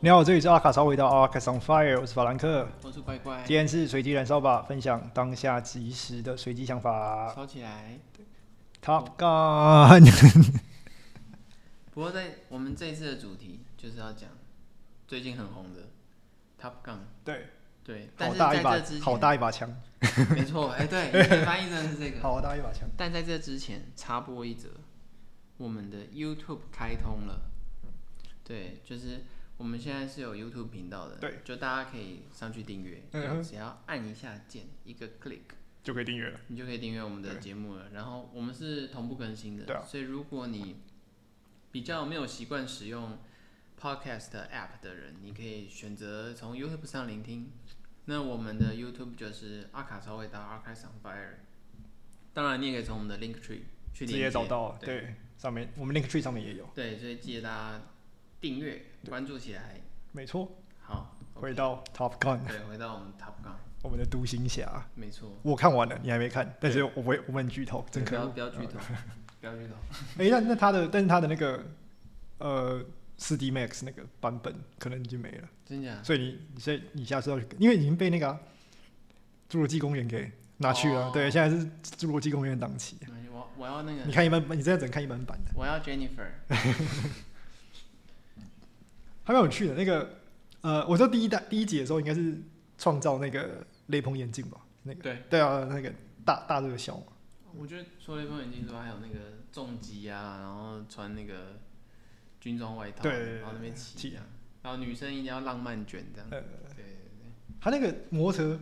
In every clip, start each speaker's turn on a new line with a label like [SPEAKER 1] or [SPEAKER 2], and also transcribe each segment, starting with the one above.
[SPEAKER 1] 你好，这里是阿卡超回到 a r c a s on Fire，我是法兰克。
[SPEAKER 2] 我是乖乖，
[SPEAKER 1] 今天是随机燃烧吧，分享当下即时的随机想法。
[SPEAKER 2] 烧起来。
[SPEAKER 1] Top Gun，
[SPEAKER 2] 不过在我们这一次的主题就是要讲最近很红的《Top Gun》，
[SPEAKER 1] 对，
[SPEAKER 2] 对，但
[SPEAKER 1] 好
[SPEAKER 2] 是
[SPEAKER 1] 大一
[SPEAKER 2] 在
[SPEAKER 1] 把
[SPEAKER 2] 这之，前，
[SPEAKER 1] 好大一把枪，
[SPEAKER 2] 没错，哎、对，你的翻译真的是这 个。
[SPEAKER 1] 好大一把枪。
[SPEAKER 2] 但在这之前插播一则，我们的 YouTube 开通了，对，就是我们现在是有 YouTube 频道的，
[SPEAKER 1] 对，
[SPEAKER 2] 就大家可以上去订阅，
[SPEAKER 1] 嗯哼
[SPEAKER 2] 对只要按一下键，一个 click。
[SPEAKER 1] 就可以订阅了。
[SPEAKER 2] 你就可以订阅我们的
[SPEAKER 1] 对
[SPEAKER 2] 节目了。然后我们是同步更新的，
[SPEAKER 1] 对啊
[SPEAKER 2] 所以如果你比较没有习惯使用 Podcast App 的人，你可以选择从 YouTube 上聆听。那我们的 YouTube 就是阿卡超会搭 a r c h i v e on Fire，当然你也可以从我们的 Link Tree 去
[SPEAKER 1] 直
[SPEAKER 2] 连接
[SPEAKER 1] 接找到，
[SPEAKER 2] 对
[SPEAKER 1] 对，上面我们 Link Tree 上面也有，
[SPEAKER 2] 对，所以记得大家订阅关注起来。
[SPEAKER 1] 没错。
[SPEAKER 2] 好，
[SPEAKER 1] 回到 Top Gun，
[SPEAKER 2] 对，回到我们 Top Gun，
[SPEAKER 1] 我们的独行侠，
[SPEAKER 2] 没错，
[SPEAKER 1] 我看完了，你还没看，但是我不会，我们剧透，真
[SPEAKER 2] 不
[SPEAKER 1] 可
[SPEAKER 2] 要
[SPEAKER 1] 恶。
[SPEAKER 2] 不要剧 透，不要剧透。
[SPEAKER 1] 哎，那那他的，但是他的那个，呃，四 D Max 那个版本可能已经没了，
[SPEAKER 2] 真假？
[SPEAKER 1] 所以你，你所以你下次要去，因为已经被那个啊侏罗纪公园给拿去了，
[SPEAKER 2] 哦
[SPEAKER 1] 对，现在是侏罗纪公园档期。
[SPEAKER 2] 没关系我我要那个
[SPEAKER 1] 你看一般，你这样只能看一般版的，
[SPEAKER 2] 我要 Jennifer，
[SPEAKER 1] 还蛮有趣的。那个，呃，我说第一代第一集的时候应该是创造那个雷朋眼镜吧，那个，
[SPEAKER 2] 对，
[SPEAKER 1] 对啊，那个大大热销嘛。
[SPEAKER 2] 我觉得除了雷锋眼镜之外，还有那个重击啊，然后穿那个军装外套，
[SPEAKER 1] 对对对对
[SPEAKER 2] 然后那边
[SPEAKER 1] 骑
[SPEAKER 2] 骑这样，然后女生一定要浪漫卷这样，
[SPEAKER 1] 呃，
[SPEAKER 2] 对对对，
[SPEAKER 1] 他那个摩托车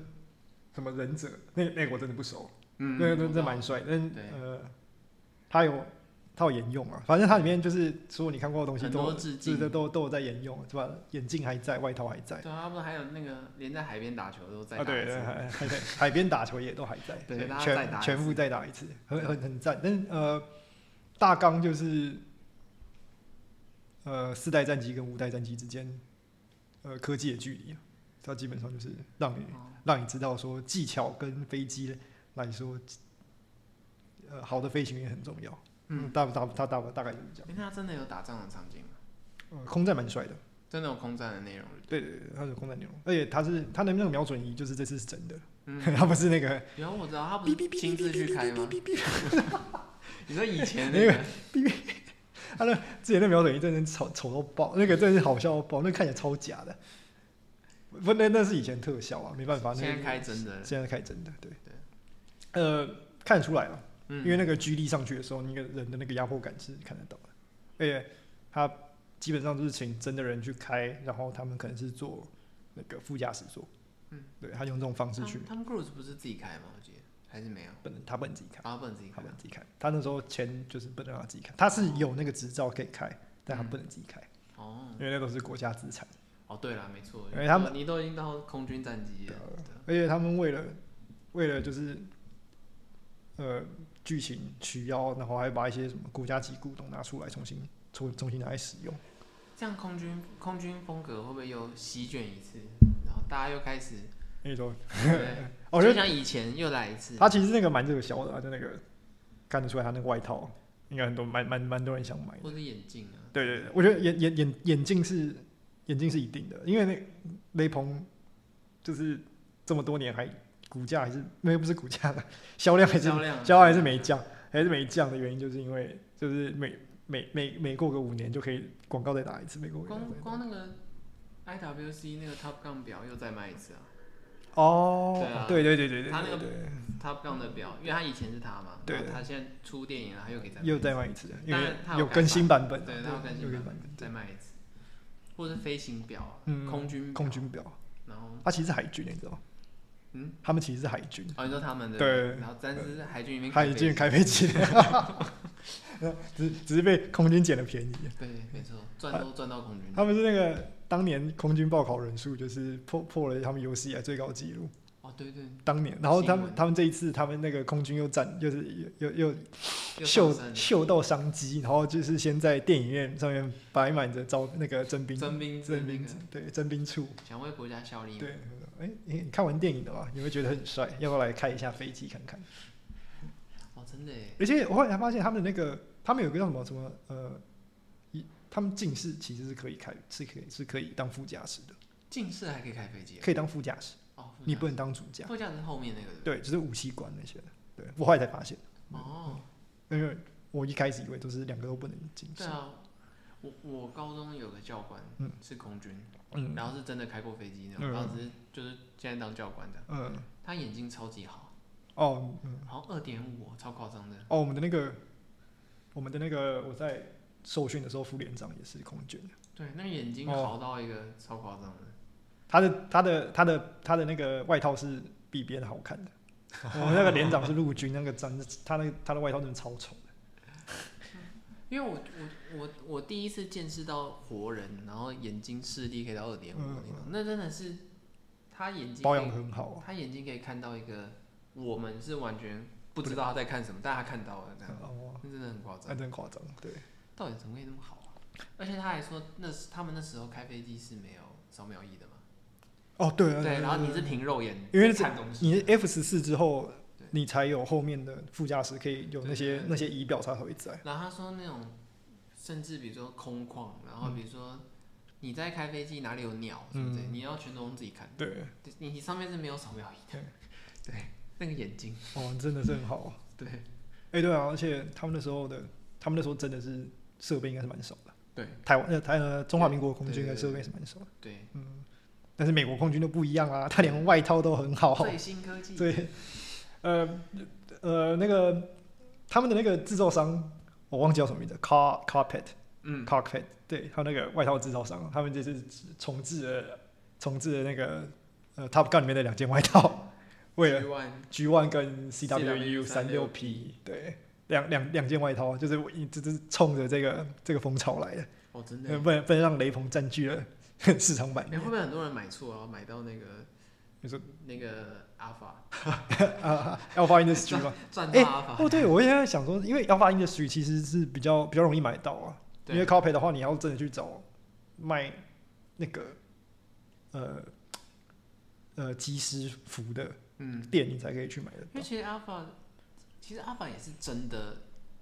[SPEAKER 1] 什么忍者，那那个我真的不熟，
[SPEAKER 2] 嗯
[SPEAKER 1] 那个真的
[SPEAKER 2] 我懂
[SPEAKER 1] 蛮帅，但
[SPEAKER 2] 对
[SPEAKER 1] 呃，他有他有沿用啊，反正它里面就是所有你看过的东西
[SPEAKER 2] 很
[SPEAKER 1] 都
[SPEAKER 2] 多
[SPEAKER 1] 有
[SPEAKER 2] 致
[SPEAKER 1] 对
[SPEAKER 2] 敬
[SPEAKER 1] 对都都有在沿用，是吧？眼镜还在，外套还在，
[SPEAKER 2] 对啊，他们还有那个连在海边打球哎都在
[SPEAKER 1] 啊
[SPEAKER 2] 打
[SPEAKER 1] 对
[SPEAKER 2] 一次
[SPEAKER 1] 对， 还还在海边打球也都还在，
[SPEAKER 2] 对大家再打
[SPEAKER 1] 全
[SPEAKER 2] 一
[SPEAKER 1] 全部再打一次，很很很赞。但是呃，大纲就是呃四代战机跟五代战机之间呃科技的距离啊，它基本上就是让你
[SPEAKER 2] 哦
[SPEAKER 1] 让你知道说技巧跟飞机来说，呃，好的飞行员很重要。
[SPEAKER 2] 嗯，
[SPEAKER 1] 大大他大大概就是这样。
[SPEAKER 2] 诶那他真的有打仗的场景吗？
[SPEAKER 1] 呃，空战蛮帅的，
[SPEAKER 2] 真的有空战的内容？
[SPEAKER 1] 对对对，他是空战内容，而且他是他的那个瞄准仪就是这次是真的，
[SPEAKER 2] 嗯
[SPEAKER 1] 他不是那个
[SPEAKER 2] 有我知道，他
[SPEAKER 1] 哔
[SPEAKER 2] 不是
[SPEAKER 1] 哔哔
[SPEAKER 2] 亲自去开吗？ 你说以前那
[SPEAKER 1] 那
[SPEAKER 2] 个
[SPEAKER 1] 个 之前那瞄准仪真的是丑丑到爆，那个真的是好笑到爆，那个看起来超假的。不，那那是以前特效啊，没办法，那
[SPEAKER 2] 现在
[SPEAKER 1] 个
[SPEAKER 2] 开真的了，
[SPEAKER 1] 现在开真的，对对。呃，看得出来了。
[SPEAKER 2] 嗯
[SPEAKER 1] 因为那个 G 力上去的时候，那个人的那个压迫感是看得到的，而且他基本上就是请真的人去开，然后他们可能是坐那个副驾驶座，
[SPEAKER 2] 嗯，
[SPEAKER 1] 对他用这种方式去，
[SPEAKER 2] 他们 Cruise 不是自己开吗？我记得还是没有，
[SPEAKER 1] 本他不能自己开，
[SPEAKER 2] 啊，不能自己
[SPEAKER 1] 他
[SPEAKER 2] 开
[SPEAKER 1] 不。能自己开，他那时候钱就是不能让他自己开，他是有那个执照可以开，但他
[SPEAKER 2] 嗯
[SPEAKER 1] 不能自己开，
[SPEAKER 2] 哦
[SPEAKER 1] 因为那都是国家资产，
[SPEAKER 2] 哦，对了，没错，
[SPEAKER 1] 因为他们啊
[SPEAKER 2] 你都已经到空军战机了，对
[SPEAKER 1] 而且他们为了为了就是呃剧情取消，然后还把一些什么国家级古董拿出来重新重重新拿来使用。
[SPEAKER 2] 这样空军空军风格会不会又席卷一次？然后大家又 开始，
[SPEAKER 1] 那种，
[SPEAKER 2] 对，
[SPEAKER 1] 哦，就
[SPEAKER 2] 就像以前又来一次，
[SPEAKER 1] 他其实那个蛮热销的、啊，就那个看得出来他那个外套，应该很多蛮蛮蛮多人想买的。
[SPEAKER 2] 或者眼镜啊，
[SPEAKER 1] 对对对，我觉得眼眼眼眼镜是眼镜是一定的，因为那雷鹏就是这么多年还股价还是没有不是股价 了，销 量还是
[SPEAKER 2] 销量
[SPEAKER 1] 销量还是没降，还是没降的原因就是因为就是每每每每过个五年就可以广告再打一次，每过个五
[SPEAKER 2] 光
[SPEAKER 1] 年
[SPEAKER 2] 光那个 IWC 那个 Top Gun 表又再卖一 次啊对
[SPEAKER 1] 哦
[SPEAKER 2] 啊，
[SPEAKER 1] 对对对对对，
[SPEAKER 2] 他那个
[SPEAKER 1] 对对
[SPEAKER 2] ，Top Gun 的表，因为他以前是他嘛，
[SPEAKER 1] 对
[SPEAKER 2] 然后他现在出电影了，他又给再卖一次
[SPEAKER 1] 又再卖一次，因
[SPEAKER 2] 当
[SPEAKER 1] 为
[SPEAKER 2] 然他有
[SPEAKER 1] 有
[SPEAKER 2] 改
[SPEAKER 1] 更新版本啊，
[SPEAKER 2] 对，他又更
[SPEAKER 1] 有
[SPEAKER 2] 新
[SPEAKER 1] 更新
[SPEAKER 2] 版
[SPEAKER 1] 版
[SPEAKER 2] 本
[SPEAKER 1] 本，
[SPEAKER 2] 再卖一次，或者是飞行表啊，
[SPEAKER 1] 嗯
[SPEAKER 2] 空军
[SPEAKER 1] 空
[SPEAKER 2] 表，
[SPEAKER 1] 军表，啊
[SPEAKER 2] 然后
[SPEAKER 1] 他其实是海军，你知道吗？
[SPEAKER 2] 嗯，
[SPEAKER 1] 他们其实是海军，
[SPEAKER 2] 哦，你说他们的
[SPEAKER 1] 对
[SPEAKER 2] 然后但是海军里面
[SPEAKER 1] 海
[SPEAKER 2] 飞
[SPEAKER 1] 军
[SPEAKER 2] 机
[SPEAKER 1] 开飞机 的，只只是被空军捡了便宜。
[SPEAKER 2] 对，没错，赚都赚到空军。
[SPEAKER 1] 他们是那个当年空军报考人数就是破破了他们有史以来最高纪录，
[SPEAKER 2] 哦，对对，
[SPEAKER 1] 当年。然后他
[SPEAKER 2] 新
[SPEAKER 1] 们
[SPEAKER 2] 闻
[SPEAKER 1] 他们这一次他们那个空军又占就是又又又
[SPEAKER 2] 又
[SPEAKER 1] 嗅
[SPEAKER 2] 上升
[SPEAKER 1] 嗅到商机，然后就是先在电影院上面摆满着招那个征兵
[SPEAKER 2] 征兵
[SPEAKER 1] 征
[SPEAKER 2] 兵
[SPEAKER 1] 兵
[SPEAKER 2] 嗯的，
[SPEAKER 1] 对征兵处。
[SPEAKER 2] 想为国家效力嘛。
[SPEAKER 1] 对，哎、你你看完电影的吧？你会觉得很帅，要不要来开一下飞机看看？
[SPEAKER 2] 哦，真的耶，
[SPEAKER 1] 而且我后来发现他们的那个，他们有一个叫什么什么呃，一他们近视其实是可以开，是可以是可以当副驾驶的，
[SPEAKER 2] 近视还可以开飞机啊、
[SPEAKER 1] 可以当副驾驶，
[SPEAKER 2] 哦，副驾
[SPEAKER 1] 你不能当嗯主驾。
[SPEAKER 2] 副驾驶是后面那个对不对？
[SPEAKER 1] 对，就是武器官那些的。对我后来才发现，
[SPEAKER 2] 哦，
[SPEAKER 1] 因为我一开始以为都是两个都不能近视
[SPEAKER 2] 对。啊，我我高中有个教官
[SPEAKER 1] 嗯
[SPEAKER 2] 是空军，
[SPEAKER 1] 嗯
[SPEAKER 2] 然后是真的开过飞机那
[SPEAKER 1] 嗯
[SPEAKER 2] 种，然后只是就是现在当教官的，
[SPEAKER 1] 嗯，
[SPEAKER 2] 他眼睛超级好，
[SPEAKER 1] 哦嗯
[SPEAKER 2] 好像二点五，超夸张的。
[SPEAKER 1] 哦，我们的那个，我们的那个，我在受训的时候，副连长也是空军的。
[SPEAKER 2] 对，那个眼睛
[SPEAKER 1] 哦
[SPEAKER 2] 好到一个超夸张的。
[SPEAKER 1] 他的他的他的他的那个外套是比别人好看 的。我们那个连长是陆军，那个长他那个他的外套真的超丑的。
[SPEAKER 2] 因为我我我我第一次见识到活人，然后眼睛视力可以到二点五
[SPEAKER 1] 嗯
[SPEAKER 2] 那种，那真的是他眼睛
[SPEAKER 1] 保
[SPEAKER 2] 可
[SPEAKER 1] 养
[SPEAKER 2] 以
[SPEAKER 1] 的很好啊。
[SPEAKER 2] 他眼睛可以看到一个我们是完全不知道他在
[SPEAKER 1] 嗯
[SPEAKER 2] 看什么，但他看到了这样，
[SPEAKER 1] 哦，
[SPEAKER 2] 那真嗯的很夸
[SPEAKER 1] 那
[SPEAKER 2] 张。
[SPEAKER 1] 真夸张。对，
[SPEAKER 2] 到底怎么可以那么好啊？而且他还说那时他们那时候开飞机是没有扫描仪的嘛，
[SPEAKER 1] 哦对啊
[SPEAKER 2] 对，然后你是凭肉眼
[SPEAKER 1] 因为
[SPEAKER 2] 在看东西
[SPEAKER 1] 你
[SPEAKER 2] 的，
[SPEAKER 1] 的 F 十四之后
[SPEAKER 2] 对，
[SPEAKER 1] 你才有后面的副驾驶可以有那
[SPEAKER 2] 对
[SPEAKER 1] 些
[SPEAKER 2] 对对
[SPEAKER 1] 那些仪表才会在。
[SPEAKER 2] 然后他说那种甚至比如说空旷，然后比如说你在开飞机哪里有鸟什么之类，
[SPEAKER 1] 嗯
[SPEAKER 2] 你要全都用自己看。
[SPEAKER 1] 对，
[SPEAKER 2] 你你上面是没有扫描仪的，对，那个眼睛，
[SPEAKER 1] 哦，真的是很好。
[SPEAKER 2] 对
[SPEAKER 1] 哎，对啊，而且他们那时候的，他们那时候真的是设备应该是蛮少的。
[SPEAKER 2] 对
[SPEAKER 1] 台湾呃台呃中华民国空
[SPEAKER 2] 对
[SPEAKER 1] 军应该
[SPEAKER 2] 对
[SPEAKER 1] 设备是蛮少的，
[SPEAKER 2] 对，
[SPEAKER 1] 但是美国空军都不一样啊，他连外套都很好。
[SPEAKER 2] 最新科技，
[SPEAKER 1] 对，呃呃，那个他们的那个制造商，我忘记叫什么名字，Car Carpet
[SPEAKER 2] 嗯，
[SPEAKER 1] Carpet，对，还有那个外套制造商，他们这次重置了重置了那个呃 Top Gun 里面的两件外套， 为了
[SPEAKER 2] G One
[SPEAKER 1] G One 跟 CWU 三六
[SPEAKER 2] CW36P
[SPEAKER 1] P，对，两两两件外套，就是我一直是冲着这个这个风潮来的，
[SPEAKER 2] 哦，真的
[SPEAKER 1] 呃
[SPEAKER 2] 耶，
[SPEAKER 1] 不能不能让雷鹏占据了 市场版
[SPEAKER 2] 哎、
[SPEAKER 1] 面
[SPEAKER 2] 会不会很多人买错，然后买到那个，
[SPEAKER 1] 你说
[SPEAKER 2] 那个 Alpha
[SPEAKER 1] 啊，Alpha Industry 吗？
[SPEAKER 2] 赚到
[SPEAKER 1] 哎
[SPEAKER 2] Alpha，、
[SPEAKER 1] 哦，对，我现在想说，因为 Alpha Industry 其实是比较比较容易买到啊，因为
[SPEAKER 2] 对，
[SPEAKER 1] copy 的话，你要真的去找卖那个呃呃机师服的
[SPEAKER 2] 嗯，
[SPEAKER 1] 店，你才可以去买得
[SPEAKER 2] 因为
[SPEAKER 1] 到。
[SPEAKER 2] 其实 Alpha，其实 Alpha 也是真的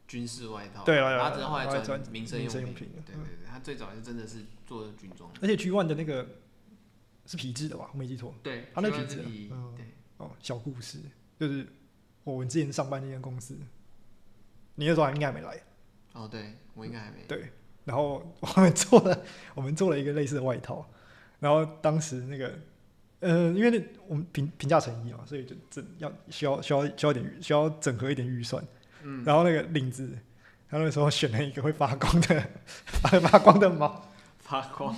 [SPEAKER 2] 军事外套，
[SPEAKER 1] 对了，
[SPEAKER 2] 然后
[SPEAKER 1] 对
[SPEAKER 2] 只
[SPEAKER 1] 了
[SPEAKER 2] 是后来
[SPEAKER 1] 后来
[SPEAKER 2] 转
[SPEAKER 1] 转
[SPEAKER 2] 民生
[SPEAKER 1] 民生
[SPEAKER 2] 用
[SPEAKER 1] 用品了
[SPEAKER 2] 对
[SPEAKER 1] 嗯
[SPEAKER 2] 对对，他最早是真的是做军装的，
[SPEAKER 1] 而且 G One 的那个是皮质的吧？我没记错
[SPEAKER 2] 对，
[SPEAKER 1] 他那
[SPEAKER 2] 皮
[SPEAKER 1] 品质啊
[SPEAKER 2] 皮，
[SPEAKER 1] 嗯
[SPEAKER 2] 对，
[SPEAKER 1] 哦。小故事就是我们之前上班那间公司，你那时候还应该还没来，
[SPEAKER 2] 哦，对我应该还没，
[SPEAKER 1] 对，然后我们做了， 我们做了一个类似的外套，然后当时那个，呃，因为那我们评评价诚意嘛，所以就整要需要需要需要点预需要整合一点预算，
[SPEAKER 2] 嗯，
[SPEAKER 1] 然后那个领子，他那时候选了一个会发光的 发发光的毛，
[SPEAKER 2] 发光，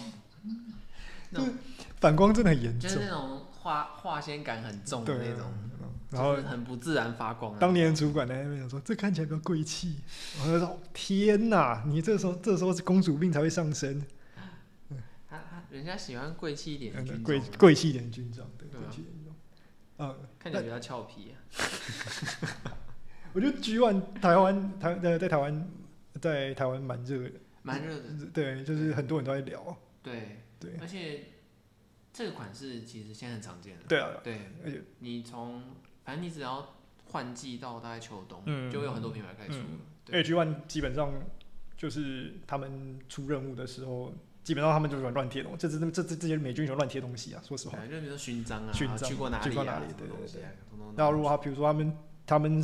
[SPEAKER 2] 那种
[SPEAKER 1] 反光真的很严
[SPEAKER 2] 就
[SPEAKER 1] 重
[SPEAKER 2] 是，那种化化纤感很重的
[SPEAKER 1] 对啊
[SPEAKER 2] 那种，，
[SPEAKER 1] 然后
[SPEAKER 2] 就是。很不自然发光啊。
[SPEAKER 1] 当年主管在那边想说：“这看起来比较贵气。”我就说：“哦天哪，你这时候这时候是公主病才会上升，
[SPEAKER 2] 他他人家喜欢贵气一点的
[SPEAKER 1] 嗯
[SPEAKER 2] 军
[SPEAKER 1] 贵
[SPEAKER 2] 装啊，
[SPEAKER 1] 贵气一点的军装，对，
[SPEAKER 2] 对
[SPEAKER 1] 贵
[SPEAKER 2] 啊
[SPEAKER 1] 气一点的军装。”嗯，
[SPEAKER 2] 看起来比较俏皮啊。
[SPEAKER 1] 我觉得 G One 台湾台呃在台湾在台湾蛮热的，
[SPEAKER 2] 蛮热的，
[SPEAKER 1] 对，就是很多人都在聊，
[SPEAKER 2] 对，
[SPEAKER 1] 对
[SPEAKER 2] 而且这个款式其实现在很常见了。
[SPEAKER 1] 对啊，
[SPEAKER 2] 对，
[SPEAKER 1] 而且
[SPEAKER 2] 你从反正你只要换季到大概秋冬，
[SPEAKER 1] 嗯
[SPEAKER 2] 就会有很多品牌开始出了。
[SPEAKER 1] 嗯因为
[SPEAKER 2] 对，
[SPEAKER 1] G One 基本上就是他们出任务的时候，基本上他们就是乱乱贴东西，这这这这这些美军就乱贴东西啊，说实话
[SPEAKER 2] 反。正就比如说勋章啊，
[SPEAKER 1] 勋章
[SPEAKER 2] 去过哪里啊，
[SPEAKER 1] 去过哪里
[SPEAKER 2] 什么东西啊，通通
[SPEAKER 1] 那如果他比如说他们他们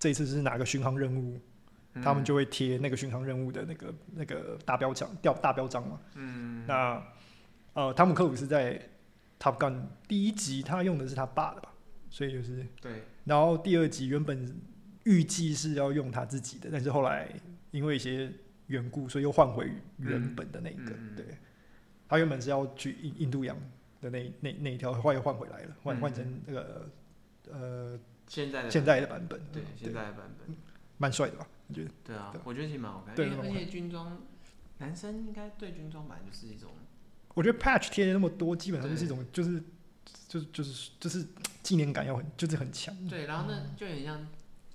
[SPEAKER 1] 这次是哪个巡航任务，
[SPEAKER 2] 嗯
[SPEAKER 1] 他们就会贴那个巡航任务的那个那个大标章吊大标章嘛。
[SPEAKER 2] 嗯，
[SPEAKER 1] 那呃，汤姆克鲁斯在 Top Gun 第一集他用的是他爸的吧，所以就是。
[SPEAKER 2] 对，
[SPEAKER 1] 然后第二集原本预计是要用他自己的，但是后来因为一些缘故，所以又换回原本的那一个。
[SPEAKER 2] 嗯嗯嗯
[SPEAKER 1] 对，他原本是要去印印度洋的那那那一条，后来又换回来了，换
[SPEAKER 2] 嗯
[SPEAKER 1] 换成那个呃
[SPEAKER 2] 现在的
[SPEAKER 1] 现在的版本。
[SPEAKER 2] 对
[SPEAKER 1] 嗯
[SPEAKER 2] 现在的版本，
[SPEAKER 1] 蛮帅的吧？我觉得。
[SPEAKER 2] 对啊
[SPEAKER 1] 对，
[SPEAKER 2] 我觉得其实蛮好看，
[SPEAKER 1] 对
[SPEAKER 2] 因为
[SPEAKER 1] 蛮
[SPEAKER 2] 而
[SPEAKER 1] 好看
[SPEAKER 2] 且军装男生应该对军装版就是一种
[SPEAKER 1] 我觉得 patch 贴那么多，基本上
[SPEAKER 2] 对
[SPEAKER 1] 就是一种就是就是就是就是纪念感要很就是很强。
[SPEAKER 2] 对，然后那就有点像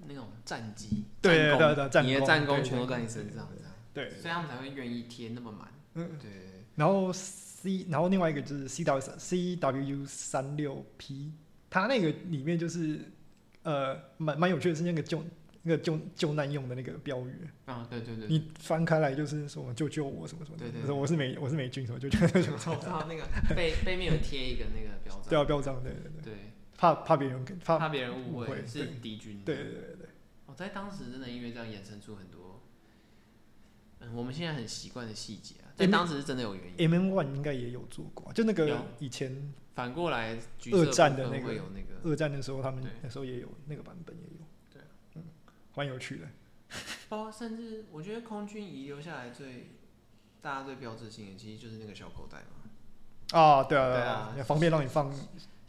[SPEAKER 2] 那种战机，
[SPEAKER 1] 嗯对对对战
[SPEAKER 2] 你的
[SPEAKER 1] 功
[SPEAKER 2] 战
[SPEAKER 1] 对
[SPEAKER 2] 功全都
[SPEAKER 1] 对
[SPEAKER 2] 在你身上，这样，
[SPEAKER 1] 对，
[SPEAKER 2] 所以他们才会愿意贴那么满。
[SPEAKER 1] 嗯
[SPEAKER 2] 对对对，
[SPEAKER 1] 然后 C，然后另外一个就是 C W C W U 三六 P，它那个里面就是呃蛮蛮有趣的是那个旧那那个救救难用的那个标语，
[SPEAKER 2] 啊，对对对，
[SPEAKER 1] 你翻开来就是什么“救救我”什么什么的，
[SPEAKER 2] 对对对
[SPEAKER 1] 说我是美我是美军什么“救救 救救
[SPEAKER 2] 我知道那个背背面有贴一个那个标”，
[SPEAKER 1] 对
[SPEAKER 2] 章，
[SPEAKER 1] 啊，标章，对对对，
[SPEAKER 2] 对，
[SPEAKER 1] 怕怕别人怕
[SPEAKER 2] 怕别人误
[SPEAKER 1] 误
[SPEAKER 2] 会
[SPEAKER 1] 会
[SPEAKER 2] 是敌军，
[SPEAKER 1] 对对对对，
[SPEAKER 2] 哦，在当时真的因为这样衍生出很多，嗯，我们现在很习惯的细节啊，在
[SPEAKER 1] 嗯
[SPEAKER 2] 当时是真的有原因。
[SPEAKER 1] M N One 应该也有做过啊，就那
[SPEAKER 2] 有
[SPEAKER 1] 个以前
[SPEAKER 2] 反过来，橘
[SPEAKER 1] 二
[SPEAKER 2] 色
[SPEAKER 1] 战
[SPEAKER 2] 部
[SPEAKER 1] 的
[SPEAKER 2] 分
[SPEAKER 1] 那个
[SPEAKER 2] 会有那个，
[SPEAKER 1] 二战的时候，他们
[SPEAKER 2] 对
[SPEAKER 1] 那时候也有那个版本也有，
[SPEAKER 2] 对啊
[SPEAKER 1] 嗯，蛮有趣的，
[SPEAKER 2] 包括甚至我觉得空军遗留下来最大家最标志性的，其实就是那个小口袋嘛。
[SPEAKER 1] 啊，对啊，
[SPEAKER 2] 对啊
[SPEAKER 1] 也方便让你放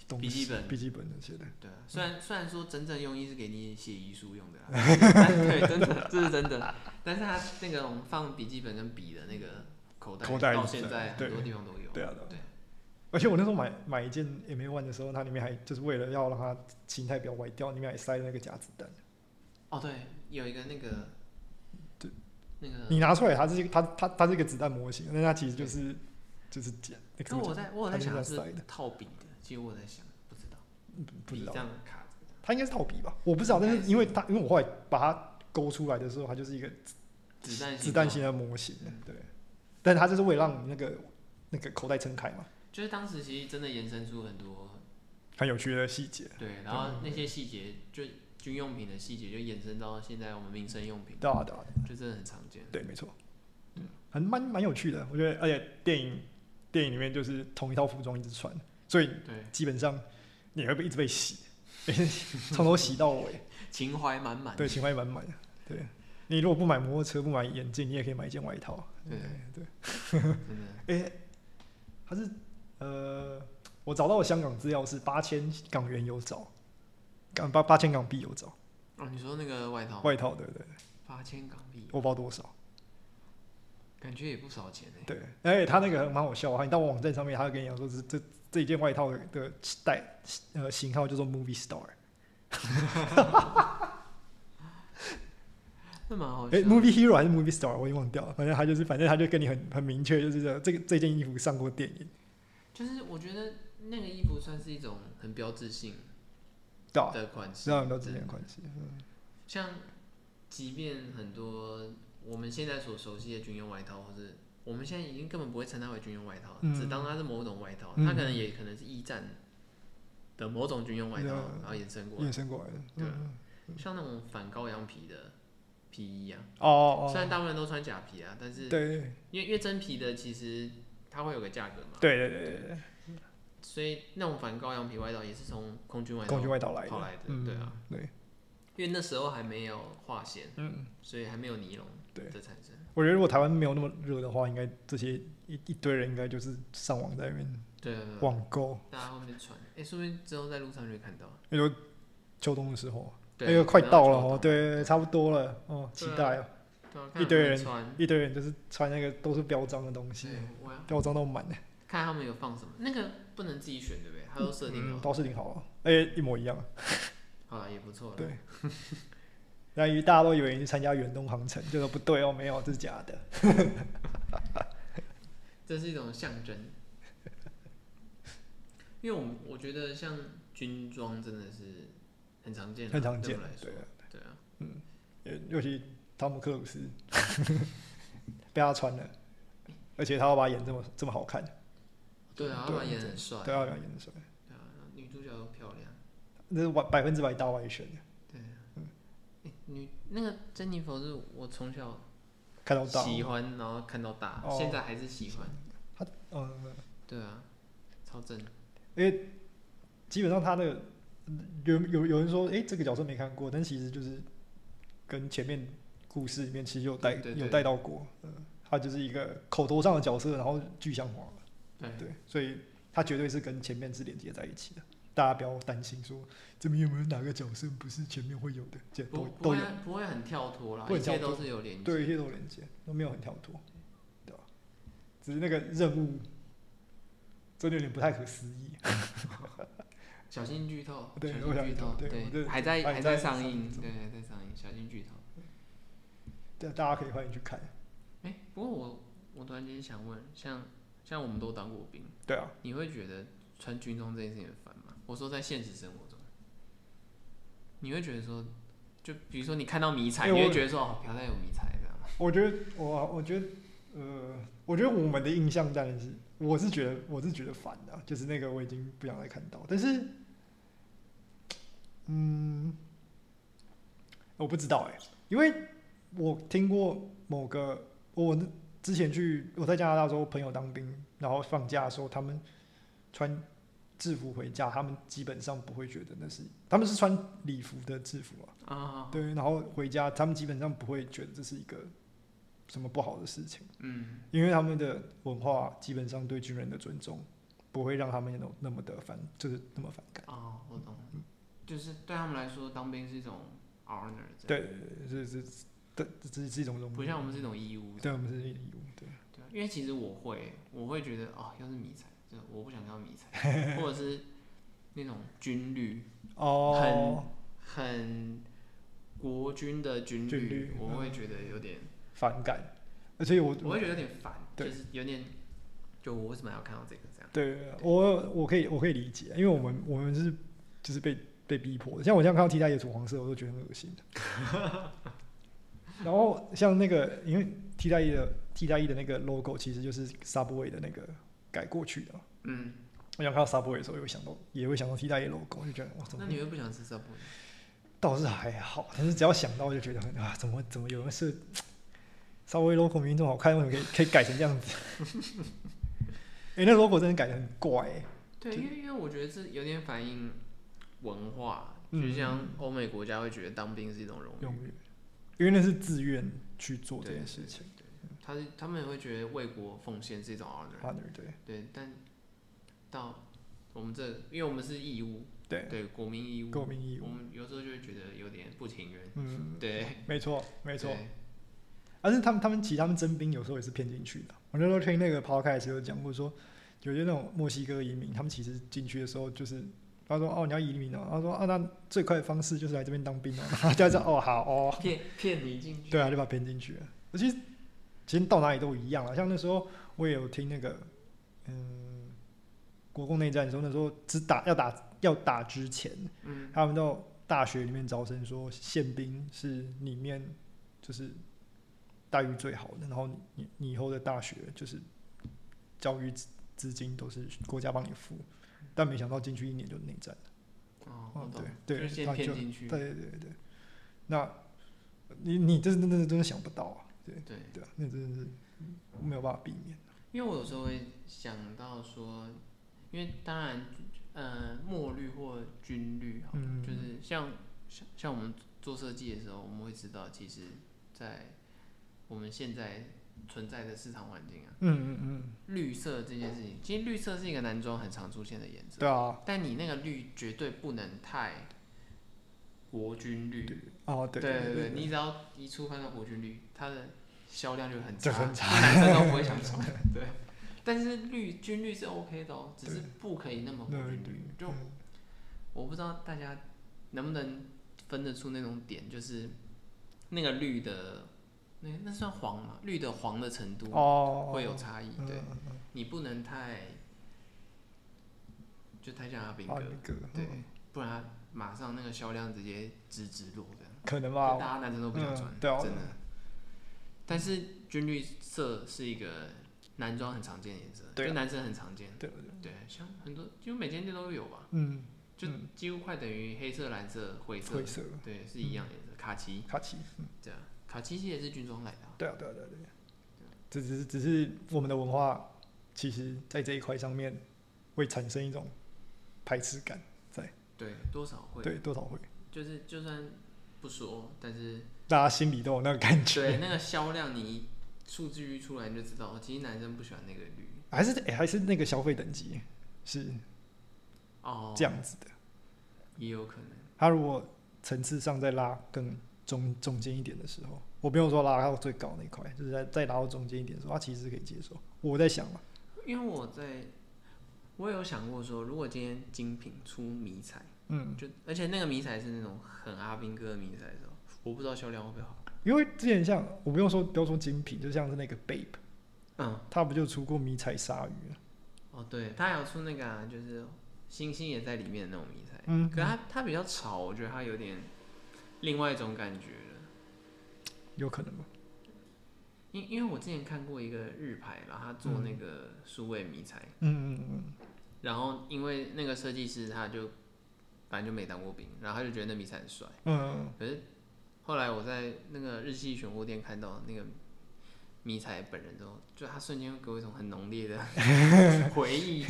[SPEAKER 1] 东西
[SPEAKER 2] 笔记本
[SPEAKER 1] 笔记本那些的。
[SPEAKER 2] 对啊，虽然虽然说真正用意是给你写遗书用的啦， 对，真的这是真的，但是它那个我们放笔记本跟笔的那个口袋，
[SPEAKER 1] 口袋
[SPEAKER 2] 到
[SPEAKER 1] 是
[SPEAKER 2] 现在
[SPEAKER 1] 对
[SPEAKER 2] 很多地方都有。
[SPEAKER 1] 对啊对啊
[SPEAKER 2] 对
[SPEAKER 1] 而且我那时候买买一件 M A One 的时候，它里面还就是为了要让它形态不要歪掉，里面还塞了那个假子弹。
[SPEAKER 2] 哦对，有一个那个，
[SPEAKER 1] 对，
[SPEAKER 2] 那个
[SPEAKER 1] 你拿出来，它是一个它它它是一个子弹模型，但它其实就是就是假。那
[SPEAKER 2] 可我在我有在想是
[SPEAKER 1] 塞的，
[SPEAKER 2] 套笔的，其实我有在想不知道，
[SPEAKER 1] 嗯不知
[SPEAKER 2] 笔
[SPEAKER 1] 道
[SPEAKER 2] 这，样卡着的，
[SPEAKER 1] 它应该是套笔吧？我不知道，但是因为它因为我后来把它勾出来的时候，它就是一个
[SPEAKER 2] 子弹
[SPEAKER 1] 子弹
[SPEAKER 2] 状
[SPEAKER 1] 型的模型
[SPEAKER 2] 嗯，
[SPEAKER 1] 对。但它就是为了让你那个那个口袋撑开嘛，
[SPEAKER 2] 就是当时其实真的延伸出很多
[SPEAKER 1] 很有趣的细节。
[SPEAKER 2] 对，然后那些细节就军用品的细节就延伸到现在我们民生用品，
[SPEAKER 1] 对啊对啊，
[SPEAKER 2] 就真的很常见。
[SPEAKER 1] 对，没错，很蛮蛮有趣的，我觉得，而且电影电影里面就是同一套服装一直穿，所以
[SPEAKER 2] 对，
[SPEAKER 1] 基本上你会被一直被洗，哎从头洗到尾，
[SPEAKER 2] 情怀满满。
[SPEAKER 1] 对，情怀满满的。对你如果不买摩托车，不买眼镜，你也可以买一件外套。
[SPEAKER 2] 对
[SPEAKER 1] 对，
[SPEAKER 2] 真的
[SPEAKER 1] 哎、它是呃，我找到的香港资料是八千港元有找，港八八千港币有找
[SPEAKER 2] 哦，你说那个外套
[SPEAKER 1] 外套，对对对，
[SPEAKER 2] 八千港币，哦
[SPEAKER 1] 我不知道多少。
[SPEAKER 2] 感觉也不少钱哎。
[SPEAKER 1] 对，而且他那个蛮好笑啊！你到网站上面，他会跟你讲说这这这一件外套的的代呃型号叫做 Movie Star，
[SPEAKER 2] 那蛮好笑
[SPEAKER 1] 哎、
[SPEAKER 2] 的。
[SPEAKER 1] m o v i e Hero 还是 Movie Star，我也忘掉了。反正他就是，反正他就跟你很很明确，就是这这个这件衣服上过电影，
[SPEAKER 2] 就是我觉得那个衣服算是一种很标志性
[SPEAKER 1] 对吧、啊？
[SPEAKER 2] 的款式，
[SPEAKER 1] 知道有没有之间
[SPEAKER 2] 真
[SPEAKER 1] 的
[SPEAKER 2] 的
[SPEAKER 1] 关系？
[SPEAKER 2] 像，即便很多我们现在所熟悉的军用外套，或是我们现在已经根本不会称它为军用外套，
[SPEAKER 1] 嗯
[SPEAKER 2] 只当它是某种外套，
[SPEAKER 1] 嗯
[SPEAKER 2] 它可能也可能是一战的某种军用外套，
[SPEAKER 1] 对啊
[SPEAKER 2] 然后延伸过来
[SPEAKER 1] 衍。生过来的，
[SPEAKER 2] 对啊
[SPEAKER 1] 嗯
[SPEAKER 2] 像那种反羔羊皮的皮衣啊，
[SPEAKER 1] 哦
[SPEAKER 2] 虽
[SPEAKER 1] 哦，
[SPEAKER 2] 然大部分都穿假皮啊，但是
[SPEAKER 1] 对对
[SPEAKER 2] 因为因为真皮的其实它会有个价格嘛，
[SPEAKER 1] 对对对对
[SPEAKER 2] 所以那种反羔羊皮外套也是从空军外
[SPEAKER 1] 对，
[SPEAKER 2] 套
[SPEAKER 1] 空军外套来
[SPEAKER 2] 跑
[SPEAKER 1] 的，
[SPEAKER 2] 来的，
[SPEAKER 1] 嗯，
[SPEAKER 2] 对啊，，
[SPEAKER 1] 对，
[SPEAKER 2] 因为那时候还没有化纤，
[SPEAKER 1] 嗯，
[SPEAKER 2] 所以还没有尼龙
[SPEAKER 1] 对
[SPEAKER 2] 的产生。
[SPEAKER 1] 我觉得如果台湾没有那么热的话，应该这些一一堆人应该就是上网在那边
[SPEAKER 2] 对对对对，
[SPEAKER 1] 网购，
[SPEAKER 2] 大家后面传，哎、说不定之后在路上就会看到。
[SPEAKER 1] 比如说秋冬的时候。
[SPEAKER 2] 对，
[SPEAKER 1] 那个快到了
[SPEAKER 2] 然后
[SPEAKER 1] 哦，
[SPEAKER 2] 就
[SPEAKER 1] 对，差不多了哦，期
[SPEAKER 2] 对啊
[SPEAKER 1] 待哦，
[SPEAKER 2] 对啊，看
[SPEAKER 1] 一堆人
[SPEAKER 2] 他们穿，
[SPEAKER 1] 一堆人就是穿那个都是标章的东西
[SPEAKER 2] 对，，我要
[SPEAKER 1] 标章都满了，
[SPEAKER 2] 看他们有放什么，那个不能自己选，对不对？他都哦设定
[SPEAKER 1] 嗯，
[SPEAKER 2] 好，
[SPEAKER 1] 都是挺好啊，而且一模一样，
[SPEAKER 2] 好了，也不错了。
[SPEAKER 1] 对。然后大家都以为你去参加远东航程，就说不对哦，没有，这是假的。
[SPEAKER 2] 这是一种象征。因为我们我觉得像军装真的是很常见啊，
[SPEAKER 1] 很常见
[SPEAKER 2] 对我来说
[SPEAKER 1] 对啊，
[SPEAKER 2] 对啊，
[SPEAKER 1] 呃尤其汤姆克鲁斯 被他穿了，而且他要把他演这么这么好看，
[SPEAKER 2] 对啊，
[SPEAKER 1] 对
[SPEAKER 2] 他们也很帅，
[SPEAKER 1] 对，要把他演出来，
[SPEAKER 2] 对啊，女主角又漂亮，
[SPEAKER 1] 那是百百分之百大外宣的，
[SPEAKER 2] 对啊，诶女那个珍妮佛是我从小
[SPEAKER 1] 看到大，
[SPEAKER 2] 喜欢，然后看到大，
[SPEAKER 1] 哦
[SPEAKER 2] 现在还是喜欢，
[SPEAKER 1] 嗯，
[SPEAKER 2] 对啊，超正。
[SPEAKER 1] 因为基本上他那个有有有人说，哎、这个角色没看过，但其实就是跟前面故事里面其实有带
[SPEAKER 2] 对对对
[SPEAKER 1] 有带到过，嗯，他就是一个口头上的角色，然后具象化，
[SPEAKER 2] 对，
[SPEAKER 1] 对，所以他绝对是跟前面是连接在一起的。大家不要担心说这边有没有哪个角色不是前面会有的，这
[SPEAKER 2] 不
[SPEAKER 1] 都
[SPEAKER 2] 不
[SPEAKER 1] 都
[SPEAKER 2] 会
[SPEAKER 1] 有，
[SPEAKER 2] 不会很跳脱啦，
[SPEAKER 1] 不会
[SPEAKER 2] 一
[SPEAKER 1] 很跳
[SPEAKER 2] 切
[SPEAKER 1] 脱
[SPEAKER 2] 都是有连接。
[SPEAKER 1] 对，一切都有连接，都没有很跳脱，对吧？只是那个任务真的有点不太可思议。
[SPEAKER 2] 小心剧透，
[SPEAKER 1] 对
[SPEAKER 2] 小
[SPEAKER 1] 我
[SPEAKER 2] 心
[SPEAKER 1] 想
[SPEAKER 2] 剧透，
[SPEAKER 1] 对我这
[SPEAKER 2] 还在
[SPEAKER 1] 还
[SPEAKER 2] 还
[SPEAKER 1] 在
[SPEAKER 2] 上
[SPEAKER 1] 上
[SPEAKER 2] 映，
[SPEAKER 1] 映
[SPEAKER 2] 对，还在上映，小心剧透。
[SPEAKER 1] 对，大家可以欢迎去看，
[SPEAKER 2] 哎，不过我我突然间想问，像像我们都当过兵，
[SPEAKER 1] 对啊，
[SPEAKER 2] 你会觉得穿军装这件事情很烦吗？我说在现实生活中，你会觉得说就比如说你看到迷彩，
[SPEAKER 1] 哎
[SPEAKER 2] 你会
[SPEAKER 1] 我
[SPEAKER 2] 觉得说哦，朴赞有迷彩这样。
[SPEAKER 1] 我觉得我我觉得呃，我觉得我们的印象当然是，我是觉得我是觉得烦的啊、就是那个我已经不想再看到，但是，嗯，我不知道哎、因为我听过某个我之前去我在加拿大的时候，朋友当兵，然后放假的时候，他们穿制服回家，他们基本上不会觉得那是，他们是穿礼服的制服啊，
[SPEAKER 2] 啊，
[SPEAKER 1] 对，然后回家，他们基本上不会觉得这是一个什么不好的事情，
[SPEAKER 2] 嗯，
[SPEAKER 1] 因为他们的文化基本上对军人的尊重，不会让他们那种那么的反，就是那么反感。
[SPEAKER 2] 哦，我懂，就是对他们来说，当兵是一种 honor，这样，
[SPEAKER 1] 对，这这这这是一种荣誉，
[SPEAKER 2] 不像我们这种义务，
[SPEAKER 1] 对我们是义务，对，
[SPEAKER 2] 对啊，因为其实我会，我会觉得哦，要是迷彩，就我不想要迷彩，或者是那种军绿，
[SPEAKER 1] 哦，
[SPEAKER 2] 很国军的军
[SPEAKER 1] 军
[SPEAKER 2] 绿
[SPEAKER 1] 绿，
[SPEAKER 2] 我会觉得有点，
[SPEAKER 1] 反感，而且我
[SPEAKER 2] 我会觉得有点烦，就
[SPEAKER 1] 对
[SPEAKER 2] 是有点，就我为什么要看到这个这样？
[SPEAKER 1] 对我我可以我可以理解，因为我们我们是就是被被逼迫的，像我现在看到 T 大爷涂黄色，我都觉得很恶心的。然后像那个，因为 T 大衣的 T 大衣的那个 logo 其实就是 Subway 的那个改过去的嘛。
[SPEAKER 2] 嗯，
[SPEAKER 1] 我想看到 Subway 的时候，也会想到也会想到 T 大衣 logo，就觉得哇，怎么
[SPEAKER 2] 那你会不想吃 s u b
[SPEAKER 1] 倒是还好，但是只要想到就觉得很啊，怎么怎么有人是 Subway logo 明明这么好看，为什么可以可以改成这样子？ 哎、那 logo 真的改的很怪、欸。
[SPEAKER 2] 对，
[SPEAKER 1] 就
[SPEAKER 2] 因为因为我觉得这有点反映文化，
[SPEAKER 1] 嗯
[SPEAKER 2] 就像欧美国家会觉得当兵是一种荣
[SPEAKER 1] 用
[SPEAKER 2] 誉，
[SPEAKER 1] 语，因为那是自愿去做这
[SPEAKER 2] 对
[SPEAKER 1] 件事情。，
[SPEAKER 2] 对对他是他们也会觉得为国奉献是一种 honor，
[SPEAKER 1] partner 对
[SPEAKER 2] 对，但到我们这，因为我们是义务，
[SPEAKER 1] 对，
[SPEAKER 2] 对，国民义务，
[SPEAKER 1] 购民义
[SPEAKER 2] 我
[SPEAKER 1] 务，
[SPEAKER 2] 们有时候就会觉得有点不情愿，
[SPEAKER 1] 嗯，
[SPEAKER 2] 对，
[SPEAKER 1] 没错没错
[SPEAKER 2] 对。，
[SPEAKER 1] 但是他们他们其实他们征兵有时候也是骗进去的。我那时候听那个 podcast 有讲过说，有些那种墨西哥移民，他们其实进去的时候就是。他说：“哦，你要移民哦。”他说：“啊，那最快的方式就是来这边当兵哦。” 大家说：“哦，好哦。
[SPEAKER 2] 骗骗你进”去，
[SPEAKER 1] 对啊，就把他骗进去了。其实，其实到哪里都一样啊。像那时候我也有听那个，嗯，国共内战的时候，那时候只打要打要打之前，
[SPEAKER 2] 嗯，
[SPEAKER 1] 他们到大学里面招生说，宪兵是里面就是待遇最好的，然后你你你以后的大学就是教育资资金都是国家帮你付，但没想到进去一年就内战，
[SPEAKER 2] 哦，
[SPEAKER 1] 哦
[SPEAKER 2] 我懂，
[SPEAKER 1] 对对
[SPEAKER 2] 就是先
[SPEAKER 1] 他就
[SPEAKER 2] 骗进
[SPEAKER 1] 对
[SPEAKER 2] 去，
[SPEAKER 1] 对对对，那你你这真的真的想不到啊，对
[SPEAKER 2] 对。
[SPEAKER 1] 对啊，那真的是没有办法避免，
[SPEAKER 2] 因为我有时候会想到说，因为当然，呃，墨绿或军绿哈，
[SPEAKER 1] 嗯
[SPEAKER 2] 就是像像像我们做设计的时候，我们会知道，其实，在我们现在存在的市场环境啊，
[SPEAKER 1] 嗯嗯嗯，
[SPEAKER 2] 绿色这件事情，其实绿色是一个男装很常出现的颜色，
[SPEAKER 1] 对啊，
[SPEAKER 2] 但你那个绿绝对不能太国军绿，
[SPEAKER 1] 哦对
[SPEAKER 2] 对
[SPEAKER 1] 对
[SPEAKER 2] 你只要一触犯到国军绿，它的销量就很
[SPEAKER 1] 就
[SPEAKER 2] 差，
[SPEAKER 1] 很
[SPEAKER 2] 男生都不会想 穿。对，但是绿军绿是 OK 的哦，只是
[SPEAKER 1] 对
[SPEAKER 2] 不可以那么国
[SPEAKER 1] 那
[SPEAKER 2] 军绿。就
[SPEAKER 1] 嗯
[SPEAKER 2] 我不知道大家能不能分得出那种点，就是那个绿的，那那算黄嘛？绿的黄的程度
[SPEAKER 1] 哦
[SPEAKER 2] 会有差异。
[SPEAKER 1] 嗯
[SPEAKER 2] 对
[SPEAKER 1] 嗯，嗯
[SPEAKER 2] 你不能太就太像阿兵
[SPEAKER 1] 啊
[SPEAKER 2] 哥，
[SPEAKER 1] 那个
[SPEAKER 2] 对
[SPEAKER 1] 嗯，
[SPEAKER 2] 不然马上那个销量直接直直落这样。
[SPEAKER 1] 可能
[SPEAKER 2] 就
[SPEAKER 1] 吧，
[SPEAKER 2] 大家男生都不想穿，
[SPEAKER 1] 啊嗯对啊
[SPEAKER 2] 真的。但是军绿色是一个男装很常见的颜色，
[SPEAKER 1] 对啊
[SPEAKER 2] 就男生很常见，
[SPEAKER 1] 对
[SPEAKER 2] 对，像很多几乎每间店都有吧，
[SPEAKER 1] 嗯，
[SPEAKER 2] 就
[SPEAKER 1] 嗯
[SPEAKER 2] 几乎快等于黑色、蓝色、灰色，
[SPEAKER 1] 灰色
[SPEAKER 2] 对，是一样的颜色，卡其，
[SPEAKER 1] 卡其，嗯
[SPEAKER 2] 对啊，卡其其实也是军装来的啊、
[SPEAKER 1] 对啊，对啊，对啊，对啊，这只是只是我们的文化，其实在这一块上面会产生一种排斥感，
[SPEAKER 2] 对，多少会，
[SPEAKER 1] 对，多少会，
[SPEAKER 2] 就是就算不说，但是
[SPEAKER 1] 大家心里都有那个感
[SPEAKER 2] 对
[SPEAKER 1] 觉，
[SPEAKER 2] 那个销量你数据一出来你就知道，其实男生不喜欢那个绿
[SPEAKER 1] 还是、哎诶还是那个消费等级是
[SPEAKER 2] 哦，
[SPEAKER 1] 这样子的，
[SPEAKER 2] 也有可能，
[SPEAKER 1] 他如果层次上再拉更中中间一点的时候，我不用说拉到最高那一块，就是在再拉到中间一点的时候，他其实是可以接受。我在想嘛，
[SPEAKER 2] 因为我在，我有想过说，如果今天精品出迷彩，
[SPEAKER 1] 嗯，
[SPEAKER 2] 就而且那个迷彩是那种很阿兵哥的迷彩的时候，我不知道销量会不会好。
[SPEAKER 1] 因为之前像我不用说不用说精品，就像是那个 Bape，
[SPEAKER 2] 嗯，
[SPEAKER 1] 他不就出过迷彩鲨鱼啊？
[SPEAKER 2] 哦，对，他还有出那个、啊、就是星星也在里面的那种迷彩，
[SPEAKER 1] 嗯，
[SPEAKER 2] 可是他他比较潮，我觉得他有点另外一种感觉了。
[SPEAKER 1] 有可能吧？
[SPEAKER 2] 因因为我之前看过一个日牌啦，他做那个数位迷彩，
[SPEAKER 1] 嗯嗯嗯
[SPEAKER 2] 然后因为那个设计师他就反正就没当过兵，然后他就觉得那迷彩很帅。
[SPEAKER 1] 嗯
[SPEAKER 2] 可是后来我在那个日系选货店看到那个迷彩本人之后，就他瞬间给我一种很浓烈的 回忆。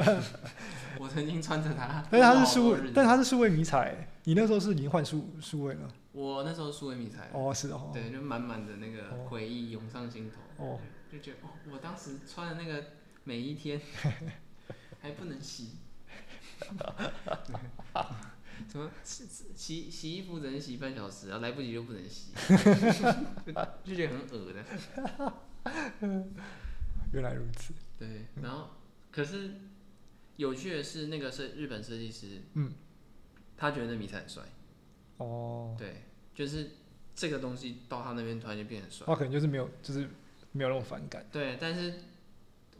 [SPEAKER 2] 我曾经穿着它
[SPEAKER 1] 嗯，，但是它是数
[SPEAKER 2] 我好多
[SPEAKER 1] 位
[SPEAKER 2] 日，子
[SPEAKER 1] 但是它是数位迷彩欸，你那时候是已经换数数位了？
[SPEAKER 2] 我那时候输给迷彩，
[SPEAKER 1] 哦，是哦，
[SPEAKER 2] 对，就满满的那个
[SPEAKER 1] 哦
[SPEAKER 2] 回忆涌上心头，
[SPEAKER 1] 哦，
[SPEAKER 2] 就觉得哦，我当时穿的那个每一天还不能洗。什么洗洗洗衣服只能洗半小时，然后来不及就不能洗，就就觉得很恶的。
[SPEAKER 1] 原来如此。
[SPEAKER 2] 对，然后可是有趣的是，那个设日本设计师，
[SPEAKER 1] 嗯，
[SPEAKER 2] 他觉得那迷彩很帅，
[SPEAKER 1] 哦，
[SPEAKER 2] 对，就是这个东西到他那边突然就变很帅，
[SPEAKER 1] 他可能就是没有，就是没有那种反感。
[SPEAKER 2] 对，但是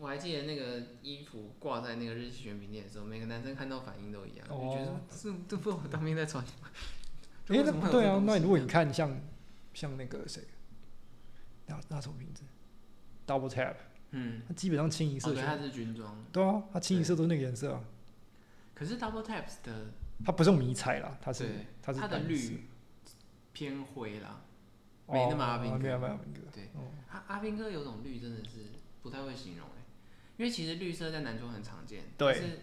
[SPEAKER 2] 我还记得那个衣服挂在那个日系选品店的时候，每个男生看到反应都一样，就觉得
[SPEAKER 1] 哦
[SPEAKER 2] 这这不是我当兵在穿的吗，
[SPEAKER 1] 哎、
[SPEAKER 2] 为什么
[SPEAKER 1] 那
[SPEAKER 2] 会有
[SPEAKER 1] 对
[SPEAKER 2] 这
[SPEAKER 1] 啊，
[SPEAKER 2] 东
[SPEAKER 1] 那
[SPEAKER 2] 西
[SPEAKER 1] 如果
[SPEAKER 2] 呢
[SPEAKER 1] 你看像像那个谁，那那什么名字？Double Tap，
[SPEAKER 2] 嗯，
[SPEAKER 1] 它基本上清一
[SPEAKER 2] 哦，
[SPEAKER 1] 色
[SPEAKER 2] 对，
[SPEAKER 1] 全、
[SPEAKER 2] 他是军装，
[SPEAKER 1] 对啊，它清一
[SPEAKER 2] 对
[SPEAKER 1] 色都是那个颜色啊。
[SPEAKER 2] 可是 Double Taps 的
[SPEAKER 1] 它不是用迷彩啦，它是
[SPEAKER 2] 对
[SPEAKER 1] 它是
[SPEAKER 2] 它的
[SPEAKER 1] 单色
[SPEAKER 2] 绿偏灰啦，没那么阿
[SPEAKER 1] 哦
[SPEAKER 2] 兵哥
[SPEAKER 1] 没有没有阿兵哥，
[SPEAKER 2] 对
[SPEAKER 1] 哦，
[SPEAKER 2] 阿阿兵哥有种绿真的是不太会形容哎、因为其实绿色在南中很常见，
[SPEAKER 1] 对
[SPEAKER 2] 但是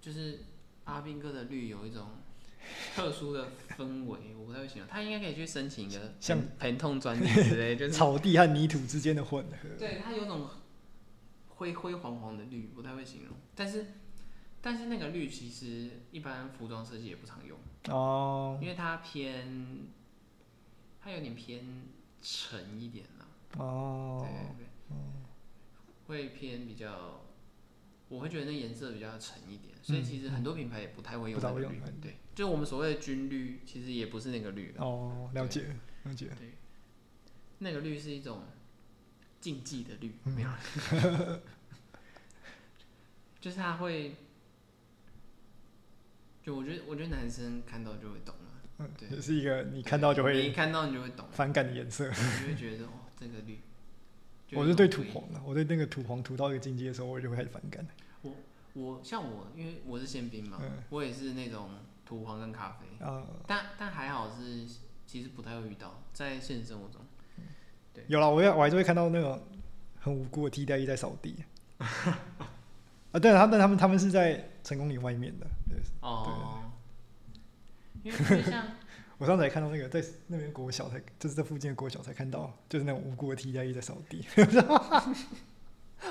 [SPEAKER 2] 就是阿兵哥的绿有一种特殊的氛围，我不太会形容，他应该可以去申请一个
[SPEAKER 1] 像
[SPEAKER 2] 疼疼痛专利之类，就是
[SPEAKER 1] 草地和泥土之间的混合，
[SPEAKER 2] 对他有种灰灰黄黄的绿，不太会形容，但是但是那个绿其实一般服装设计也不常用，
[SPEAKER 1] 哦
[SPEAKER 2] 因为它偏它有点偏沉一点啦。
[SPEAKER 1] 哦
[SPEAKER 2] 对，对对，会偏比较，我会觉得那颜色比较沉一点，所以其实很多品牌也不太会用
[SPEAKER 1] 不太
[SPEAKER 2] 那个
[SPEAKER 1] 会用
[SPEAKER 2] 绿
[SPEAKER 1] 那个绿。
[SPEAKER 2] 对，就我们所谓的军绿，其实也不是那个绿了，
[SPEAKER 1] 哦，了解了解，
[SPEAKER 2] 那个绿是一种竞技的绿，
[SPEAKER 1] 嗯
[SPEAKER 2] 没有， 就是他会，就我觉得，我觉得男生看到就会懂了，
[SPEAKER 1] 嗯，
[SPEAKER 2] 对
[SPEAKER 1] 也是一个你看到就
[SPEAKER 2] 你一
[SPEAKER 1] 会
[SPEAKER 2] 看到你就会懂，
[SPEAKER 1] 反感的颜色。
[SPEAKER 2] 你就会觉得哦，这个绿。就有
[SPEAKER 1] 我是对
[SPEAKER 2] 一种
[SPEAKER 1] 土
[SPEAKER 2] 回忆
[SPEAKER 1] 黄的，我对那个土黄涂到一个境界的时候，我就会开始反感。
[SPEAKER 2] 我像我，因为我是宪兵嘛，
[SPEAKER 1] 嗯
[SPEAKER 2] 我也是那种土黄跟咖啡，
[SPEAKER 1] 啊，
[SPEAKER 2] 但但还好是其实不太会遇到，在现实生活中，对
[SPEAKER 1] 有了，我也我还是会看到那种很无辜的替代役在扫地。啊，对，他们他们他们是在成功岭外面的。对，
[SPEAKER 2] 哦，因为因为像
[SPEAKER 1] 我上次还看到那个在那边国小才，就是这附近的国小才看到，就是那种无辜的替代役在扫地。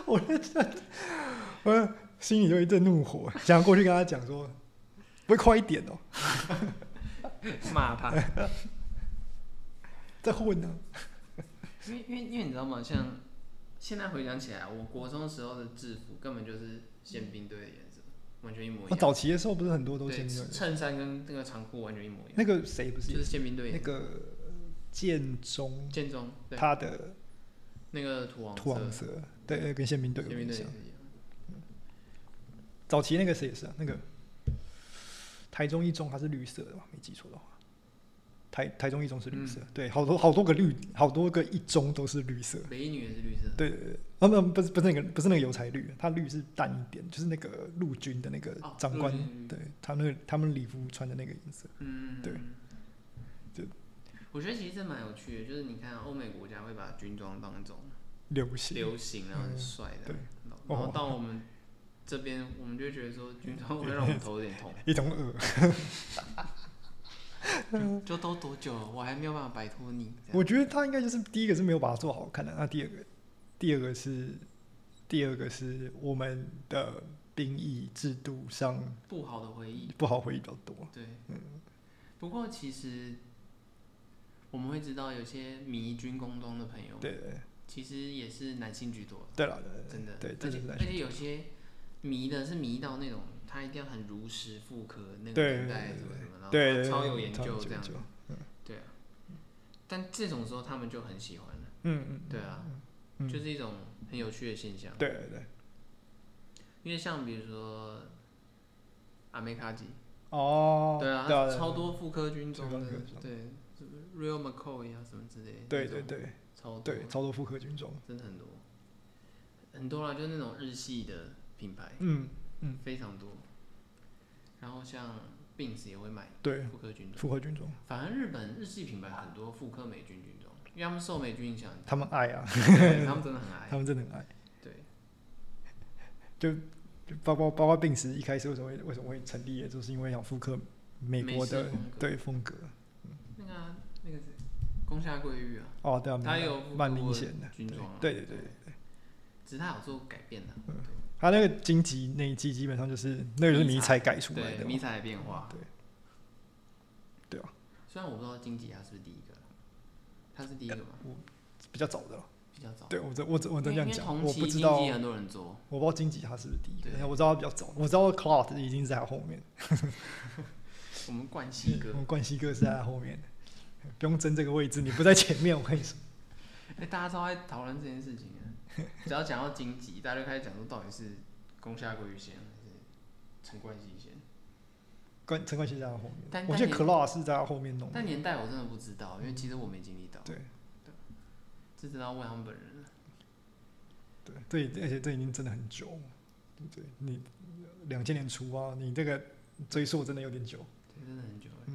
[SPEAKER 1] 我就真的我心里就一阵怒火，想要过去跟他讲说，不会快一点哦，
[SPEAKER 2] 骂他，
[SPEAKER 1] 在混呢、
[SPEAKER 2] 因为因为因为你知道吗？像现在回想起来，我国中时候的制服根本就是宪兵队的颜色，完全一模一
[SPEAKER 1] 我、
[SPEAKER 2] 样，
[SPEAKER 1] 早期的时候不是很多都是宪
[SPEAKER 2] 对，
[SPEAKER 1] 兵队
[SPEAKER 2] 衬
[SPEAKER 1] 的，
[SPEAKER 2] 衬衫跟那个长裤完全一模一样，
[SPEAKER 1] 那个谁不是
[SPEAKER 2] 就是宪兵队
[SPEAKER 1] 那
[SPEAKER 2] 的颜色
[SPEAKER 1] 个建中，
[SPEAKER 2] 建中对
[SPEAKER 1] 他的
[SPEAKER 2] 那个土黄
[SPEAKER 1] 土黄
[SPEAKER 2] 色，
[SPEAKER 1] 色，对，跟宪兵队有
[SPEAKER 2] 宪兵
[SPEAKER 1] 点
[SPEAKER 2] 队也
[SPEAKER 1] 像。
[SPEAKER 2] 是一样。
[SPEAKER 1] 早期那个谁也是啊，那个台中一中它是绿色的吧？没记错的话，台台中一中是绿
[SPEAKER 2] 嗯
[SPEAKER 1] 色，对，好多好多个绿，好多个一中都是绿色。
[SPEAKER 2] 北一女也是绿色，
[SPEAKER 1] 对对对，啊不不是不是那个不是那个邮差绿，它绿是淡一点，就是那个陆军的那个
[SPEAKER 2] 哦
[SPEAKER 1] 长官，
[SPEAKER 2] 陆军绿
[SPEAKER 1] 对他们那个他们礼服穿的那个颜色，
[SPEAKER 2] 嗯，
[SPEAKER 1] 对就
[SPEAKER 2] 我觉得其实这蛮有趣的，就是你看欧美国家会把军装当中
[SPEAKER 1] 流行。
[SPEAKER 2] 流行啊，很帅的，
[SPEAKER 1] 嗯对
[SPEAKER 2] 然后
[SPEAKER 1] 哦
[SPEAKER 2] 然后到我们这边，我们就会觉得说军 装会让我们头有点痛，
[SPEAKER 1] 一种恶，
[SPEAKER 2] 就就都多久了，我还没有办法摆脱你，这样
[SPEAKER 1] 我觉得他应该就是第一个是没有把它做好看的，那第二个，第二个是，第二个是我们的兵役制度上
[SPEAKER 2] 不好的回忆，
[SPEAKER 1] 不好回忆比较多。
[SPEAKER 2] 对，不过其实我们会知道有些迷军工装的朋友，
[SPEAKER 1] 对对
[SPEAKER 2] 其实也是男性居多，
[SPEAKER 1] 对了，对
[SPEAKER 2] 真的，
[SPEAKER 1] 呃对，
[SPEAKER 2] 而
[SPEAKER 1] 这
[SPEAKER 2] 且
[SPEAKER 1] 是在
[SPEAKER 2] 而且有些迷的是迷到那种他一定要很如实复刻那个
[SPEAKER 1] 对
[SPEAKER 2] 年代什么什么，
[SPEAKER 1] 对
[SPEAKER 2] 然
[SPEAKER 1] 对
[SPEAKER 2] 后超有
[SPEAKER 1] 对
[SPEAKER 2] 研
[SPEAKER 1] 超
[SPEAKER 2] 究
[SPEAKER 1] 有
[SPEAKER 2] 这样
[SPEAKER 1] 究，
[SPEAKER 2] 对啊。但这种时候他们就很喜欢了，
[SPEAKER 1] 嗯嗯，
[SPEAKER 2] 对啊，就是一种很有趣的现象。
[SPEAKER 1] 对对对，
[SPEAKER 2] 因为像比如说阿梅卡吉，
[SPEAKER 1] 哦，
[SPEAKER 2] 对啊，
[SPEAKER 1] 啊，
[SPEAKER 2] 超多妇科军种
[SPEAKER 1] 超
[SPEAKER 2] 的
[SPEAKER 1] 多妇科军，种
[SPEAKER 2] 对什么，Real McCoy 啊什么之类的，
[SPEAKER 1] 对
[SPEAKER 2] 那
[SPEAKER 1] 对
[SPEAKER 2] 种，
[SPEAKER 1] 对
[SPEAKER 2] 超多，
[SPEAKER 1] 对，超多妇科军种，
[SPEAKER 2] 真的很多，很多啦，就是那种日系的品牌
[SPEAKER 1] 嗯，
[SPEAKER 2] 非常多，然后像 Bings 也会买
[SPEAKER 1] 对，
[SPEAKER 2] 妇科军种，
[SPEAKER 1] 妇科军种，
[SPEAKER 2] 反而日本日系品牌很多妇科美军军种，因为他们受美军 影响很大，
[SPEAKER 1] 他们爱啊，
[SPEAKER 2] 对他们真的很爱
[SPEAKER 1] 他，们真的很爱，
[SPEAKER 2] 对，
[SPEAKER 1] 就包括包括病史一开始为什么会为什么会成立，也就是因为想复刻美
[SPEAKER 2] 美
[SPEAKER 1] 国
[SPEAKER 2] 式
[SPEAKER 1] 的
[SPEAKER 2] 风格
[SPEAKER 1] 对风格，
[SPEAKER 2] 那个啊那个谁，宫下桂玉啊，
[SPEAKER 1] 哦，对啊，
[SPEAKER 2] 他
[SPEAKER 1] 蛮
[SPEAKER 2] 有复
[SPEAKER 1] 蛮
[SPEAKER 2] 刻
[SPEAKER 1] 明
[SPEAKER 2] 过
[SPEAKER 1] 显的，
[SPEAKER 2] 军装啊，
[SPEAKER 1] 对对对，
[SPEAKER 2] 只是他有做改变的，啊
[SPEAKER 1] 他那个荆棘那一季基本上就是那个就是迷彩改出来
[SPEAKER 2] 对
[SPEAKER 1] 的
[SPEAKER 2] 迷
[SPEAKER 1] 嘛，
[SPEAKER 2] 彩的变化，
[SPEAKER 1] 对，对啊，
[SPEAKER 2] 虽然我不知道金吉他是不是第一个，他是第一个吗？
[SPEAKER 1] 比较早的了，
[SPEAKER 2] 比较早，
[SPEAKER 1] 对我真我真我真这
[SPEAKER 2] 因为
[SPEAKER 1] 样
[SPEAKER 2] 哦
[SPEAKER 1] 讲，
[SPEAKER 2] 因为同
[SPEAKER 1] 我
[SPEAKER 2] 期
[SPEAKER 1] 不知
[SPEAKER 2] 金
[SPEAKER 1] 道
[SPEAKER 2] 吉很多人做，
[SPEAKER 1] 我不知道荆棘他是不是第一个，
[SPEAKER 2] 对
[SPEAKER 1] 但我知道他比较早，我知道 Cloud 已经是在他后面，
[SPEAKER 2] 我们冠希哥
[SPEAKER 1] 我，们冠希哥是在他后面的，不用争这个位置，你不在前面，我跟你说，
[SPEAKER 2] 哎、大家超爱讨论这件事情的，只要讲到金吉，大家就开始讲说到底是宫下桂玉先还是陈冠希先，
[SPEAKER 1] 冠陈冠希在他后面，
[SPEAKER 2] 但
[SPEAKER 1] 我记得
[SPEAKER 2] 但
[SPEAKER 1] Cloud 是在他后面弄的
[SPEAKER 2] 但，年代我真的不知道，因为其实我没经历到，
[SPEAKER 1] 对
[SPEAKER 2] 这真的要问他们本人了。
[SPEAKER 1] 对对，而且这已经真的很久了，对不对？你两千年初啊，你这个追溯真的有点久。
[SPEAKER 2] 对，真的很久了。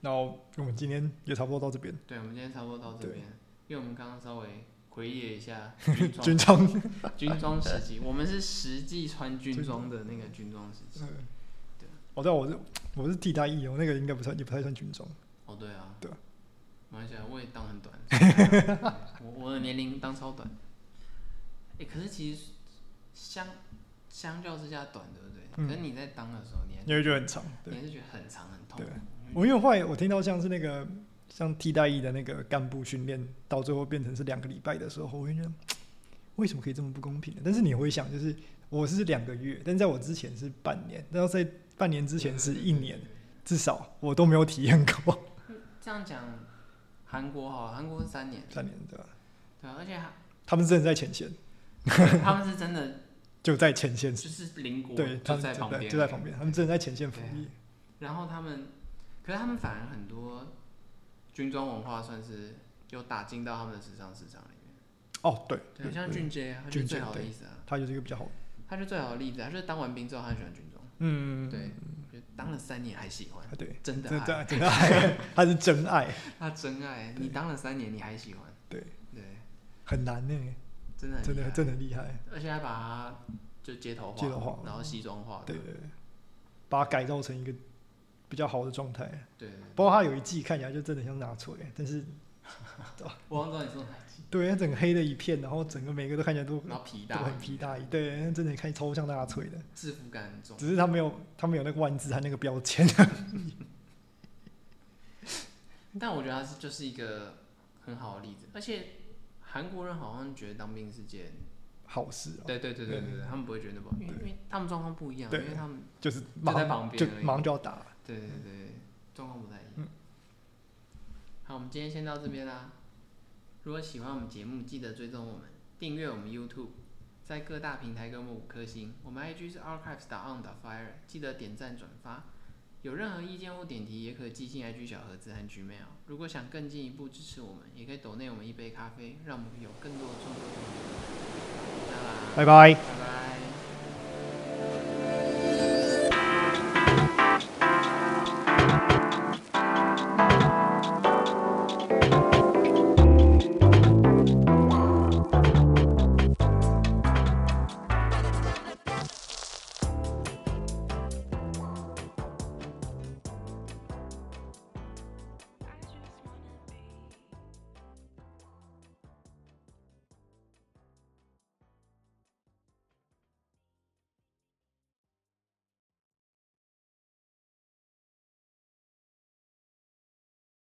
[SPEAKER 1] 然后我们今天也差不多到这边，
[SPEAKER 2] 对，我们今天差不多到这
[SPEAKER 1] 对
[SPEAKER 2] 边，因为我们刚刚稍微回忆 一下
[SPEAKER 1] 军
[SPEAKER 2] 军
[SPEAKER 1] 装，
[SPEAKER 2] 装 军装时期，我们是实际穿军装的那个军装时 期。
[SPEAKER 1] 嗯
[SPEAKER 2] 对，
[SPEAKER 1] 哦对啊，我是我是替代役，哦我那个应该不算，也不太算军装。
[SPEAKER 2] 哦，对啊，
[SPEAKER 1] 对啊，
[SPEAKER 2] 没关系啊，我也当 很短，我我的年龄当超短。哎、可是其实相相较之下短，对不对？
[SPEAKER 1] 嗯
[SPEAKER 2] 可是你在当的时候，你还
[SPEAKER 1] 因为就很长。
[SPEAKER 2] 你
[SPEAKER 1] 对，
[SPEAKER 2] 还是觉得很长很痛
[SPEAKER 1] 对
[SPEAKER 2] 苦。因为
[SPEAKER 1] 我因为后来我听到像是那个像替代役的那个干部训练，到最后变成是两个礼拜的时候，我会觉得为什么可以这么不公平呢？但是你回想，就是我是两个月，但在我之前是半年，然后在半年之前是一年，至少我都没有体验过
[SPEAKER 2] 这样讲，韩国好了，韩国是三年，
[SPEAKER 1] 三年，对吧？
[SPEAKER 2] 对啊，而 且韩
[SPEAKER 1] 他们真的在前线，
[SPEAKER 2] 他们是真的
[SPEAKER 1] 就在前线，
[SPEAKER 2] 就是邻国，
[SPEAKER 1] 对，他
[SPEAKER 2] 就
[SPEAKER 1] 们
[SPEAKER 2] 在
[SPEAKER 1] 真
[SPEAKER 2] 旁
[SPEAKER 1] 的
[SPEAKER 2] 边，
[SPEAKER 1] 就在旁边，他们真的在前线服
[SPEAKER 2] 对啊
[SPEAKER 1] 役。
[SPEAKER 2] 然后他们，可是他们反而很多军装文化算是有打进到他们的时尚市场里面。
[SPEAKER 1] 哦，对，
[SPEAKER 2] 对，像俊杰啊，他就
[SPEAKER 1] 俊
[SPEAKER 2] 是最
[SPEAKER 1] 杰
[SPEAKER 2] 好的
[SPEAKER 1] 对
[SPEAKER 2] 例子啊，
[SPEAKER 1] 他就是一个比较好的，
[SPEAKER 2] 他是最好的例子啊，他就是当完兵之后他很喜欢军装，
[SPEAKER 1] 嗯，
[SPEAKER 2] 对，就当了三年还喜欢
[SPEAKER 1] 啊，对，
[SPEAKER 2] 真的
[SPEAKER 1] 真
[SPEAKER 2] 爱，
[SPEAKER 1] 的真的爱， 他是真爱，
[SPEAKER 2] 他真爱，你当了三年你还喜欢，
[SPEAKER 1] 对
[SPEAKER 2] 对，
[SPEAKER 1] 很难呢，
[SPEAKER 2] 真的很
[SPEAKER 1] 真
[SPEAKER 2] 厉
[SPEAKER 1] 的
[SPEAKER 2] 害
[SPEAKER 1] 真的很厉害，
[SPEAKER 2] 而且还把它就街头化，
[SPEAKER 1] 街头化
[SPEAKER 2] 然后西装化，
[SPEAKER 1] 对，对对把它改造成一个比较好的状态。
[SPEAKER 2] 对，
[SPEAKER 1] 包括他有一季看起来就真的像纳粹，但是
[SPEAKER 2] 我刚知道你说哪 一集，
[SPEAKER 1] 对，他整个黑的一片，然后整个每个都看起来都
[SPEAKER 2] 然后皮
[SPEAKER 1] 都
[SPEAKER 2] 大
[SPEAKER 1] 很皮大衣，对，真的看超像纳粹的，
[SPEAKER 2] 制服感很重，
[SPEAKER 1] 只是他没有他没有那个万字和那个标签。
[SPEAKER 2] 但我觉得它是就是一个很好的例子，而且韩国人好像觉得当兵是件，
[SPEAKER 1] 好事啊，
[SPEAKER 2] 对对对对对对，他们不会觉得不好，因为因
[SPEAKER 1] 对
[SPEAKER 2] 为他们状况不一样，因
[SPEAKER 1] 对
[SPEAKER 2] 为他们
[SPEAKER 1] 就是
[SPEAKER 2] 就在
[SPEAKER 1] 马
[SPEAKER 2] 旁
[SPEAKER 1] 上
[SPEAKER 2] 边
[SPEAKER 1] 就
[SPEAKER 2] 而已
[SPEAKER 1] 马上就要打了，
[SPEAKER 2] 对对对，状况不太一样。好，我们今天先到这边啦。如果喜欢我们节目，记得追踪我们，订阅我们 YouTube，在各大平台给我们五颗星。我们 IG 是 archives on fire，记得点赞转发。有任何意见或点题，也可寄信 IG 小盒子和 Gmail。如果想更进一步支持我们，也可以抖内我们一杯咖啡，让我们有更多的创作空间。大家啦，
[SPEAKER 1] 拜拜。
[SPEAKER 2] 拜拜。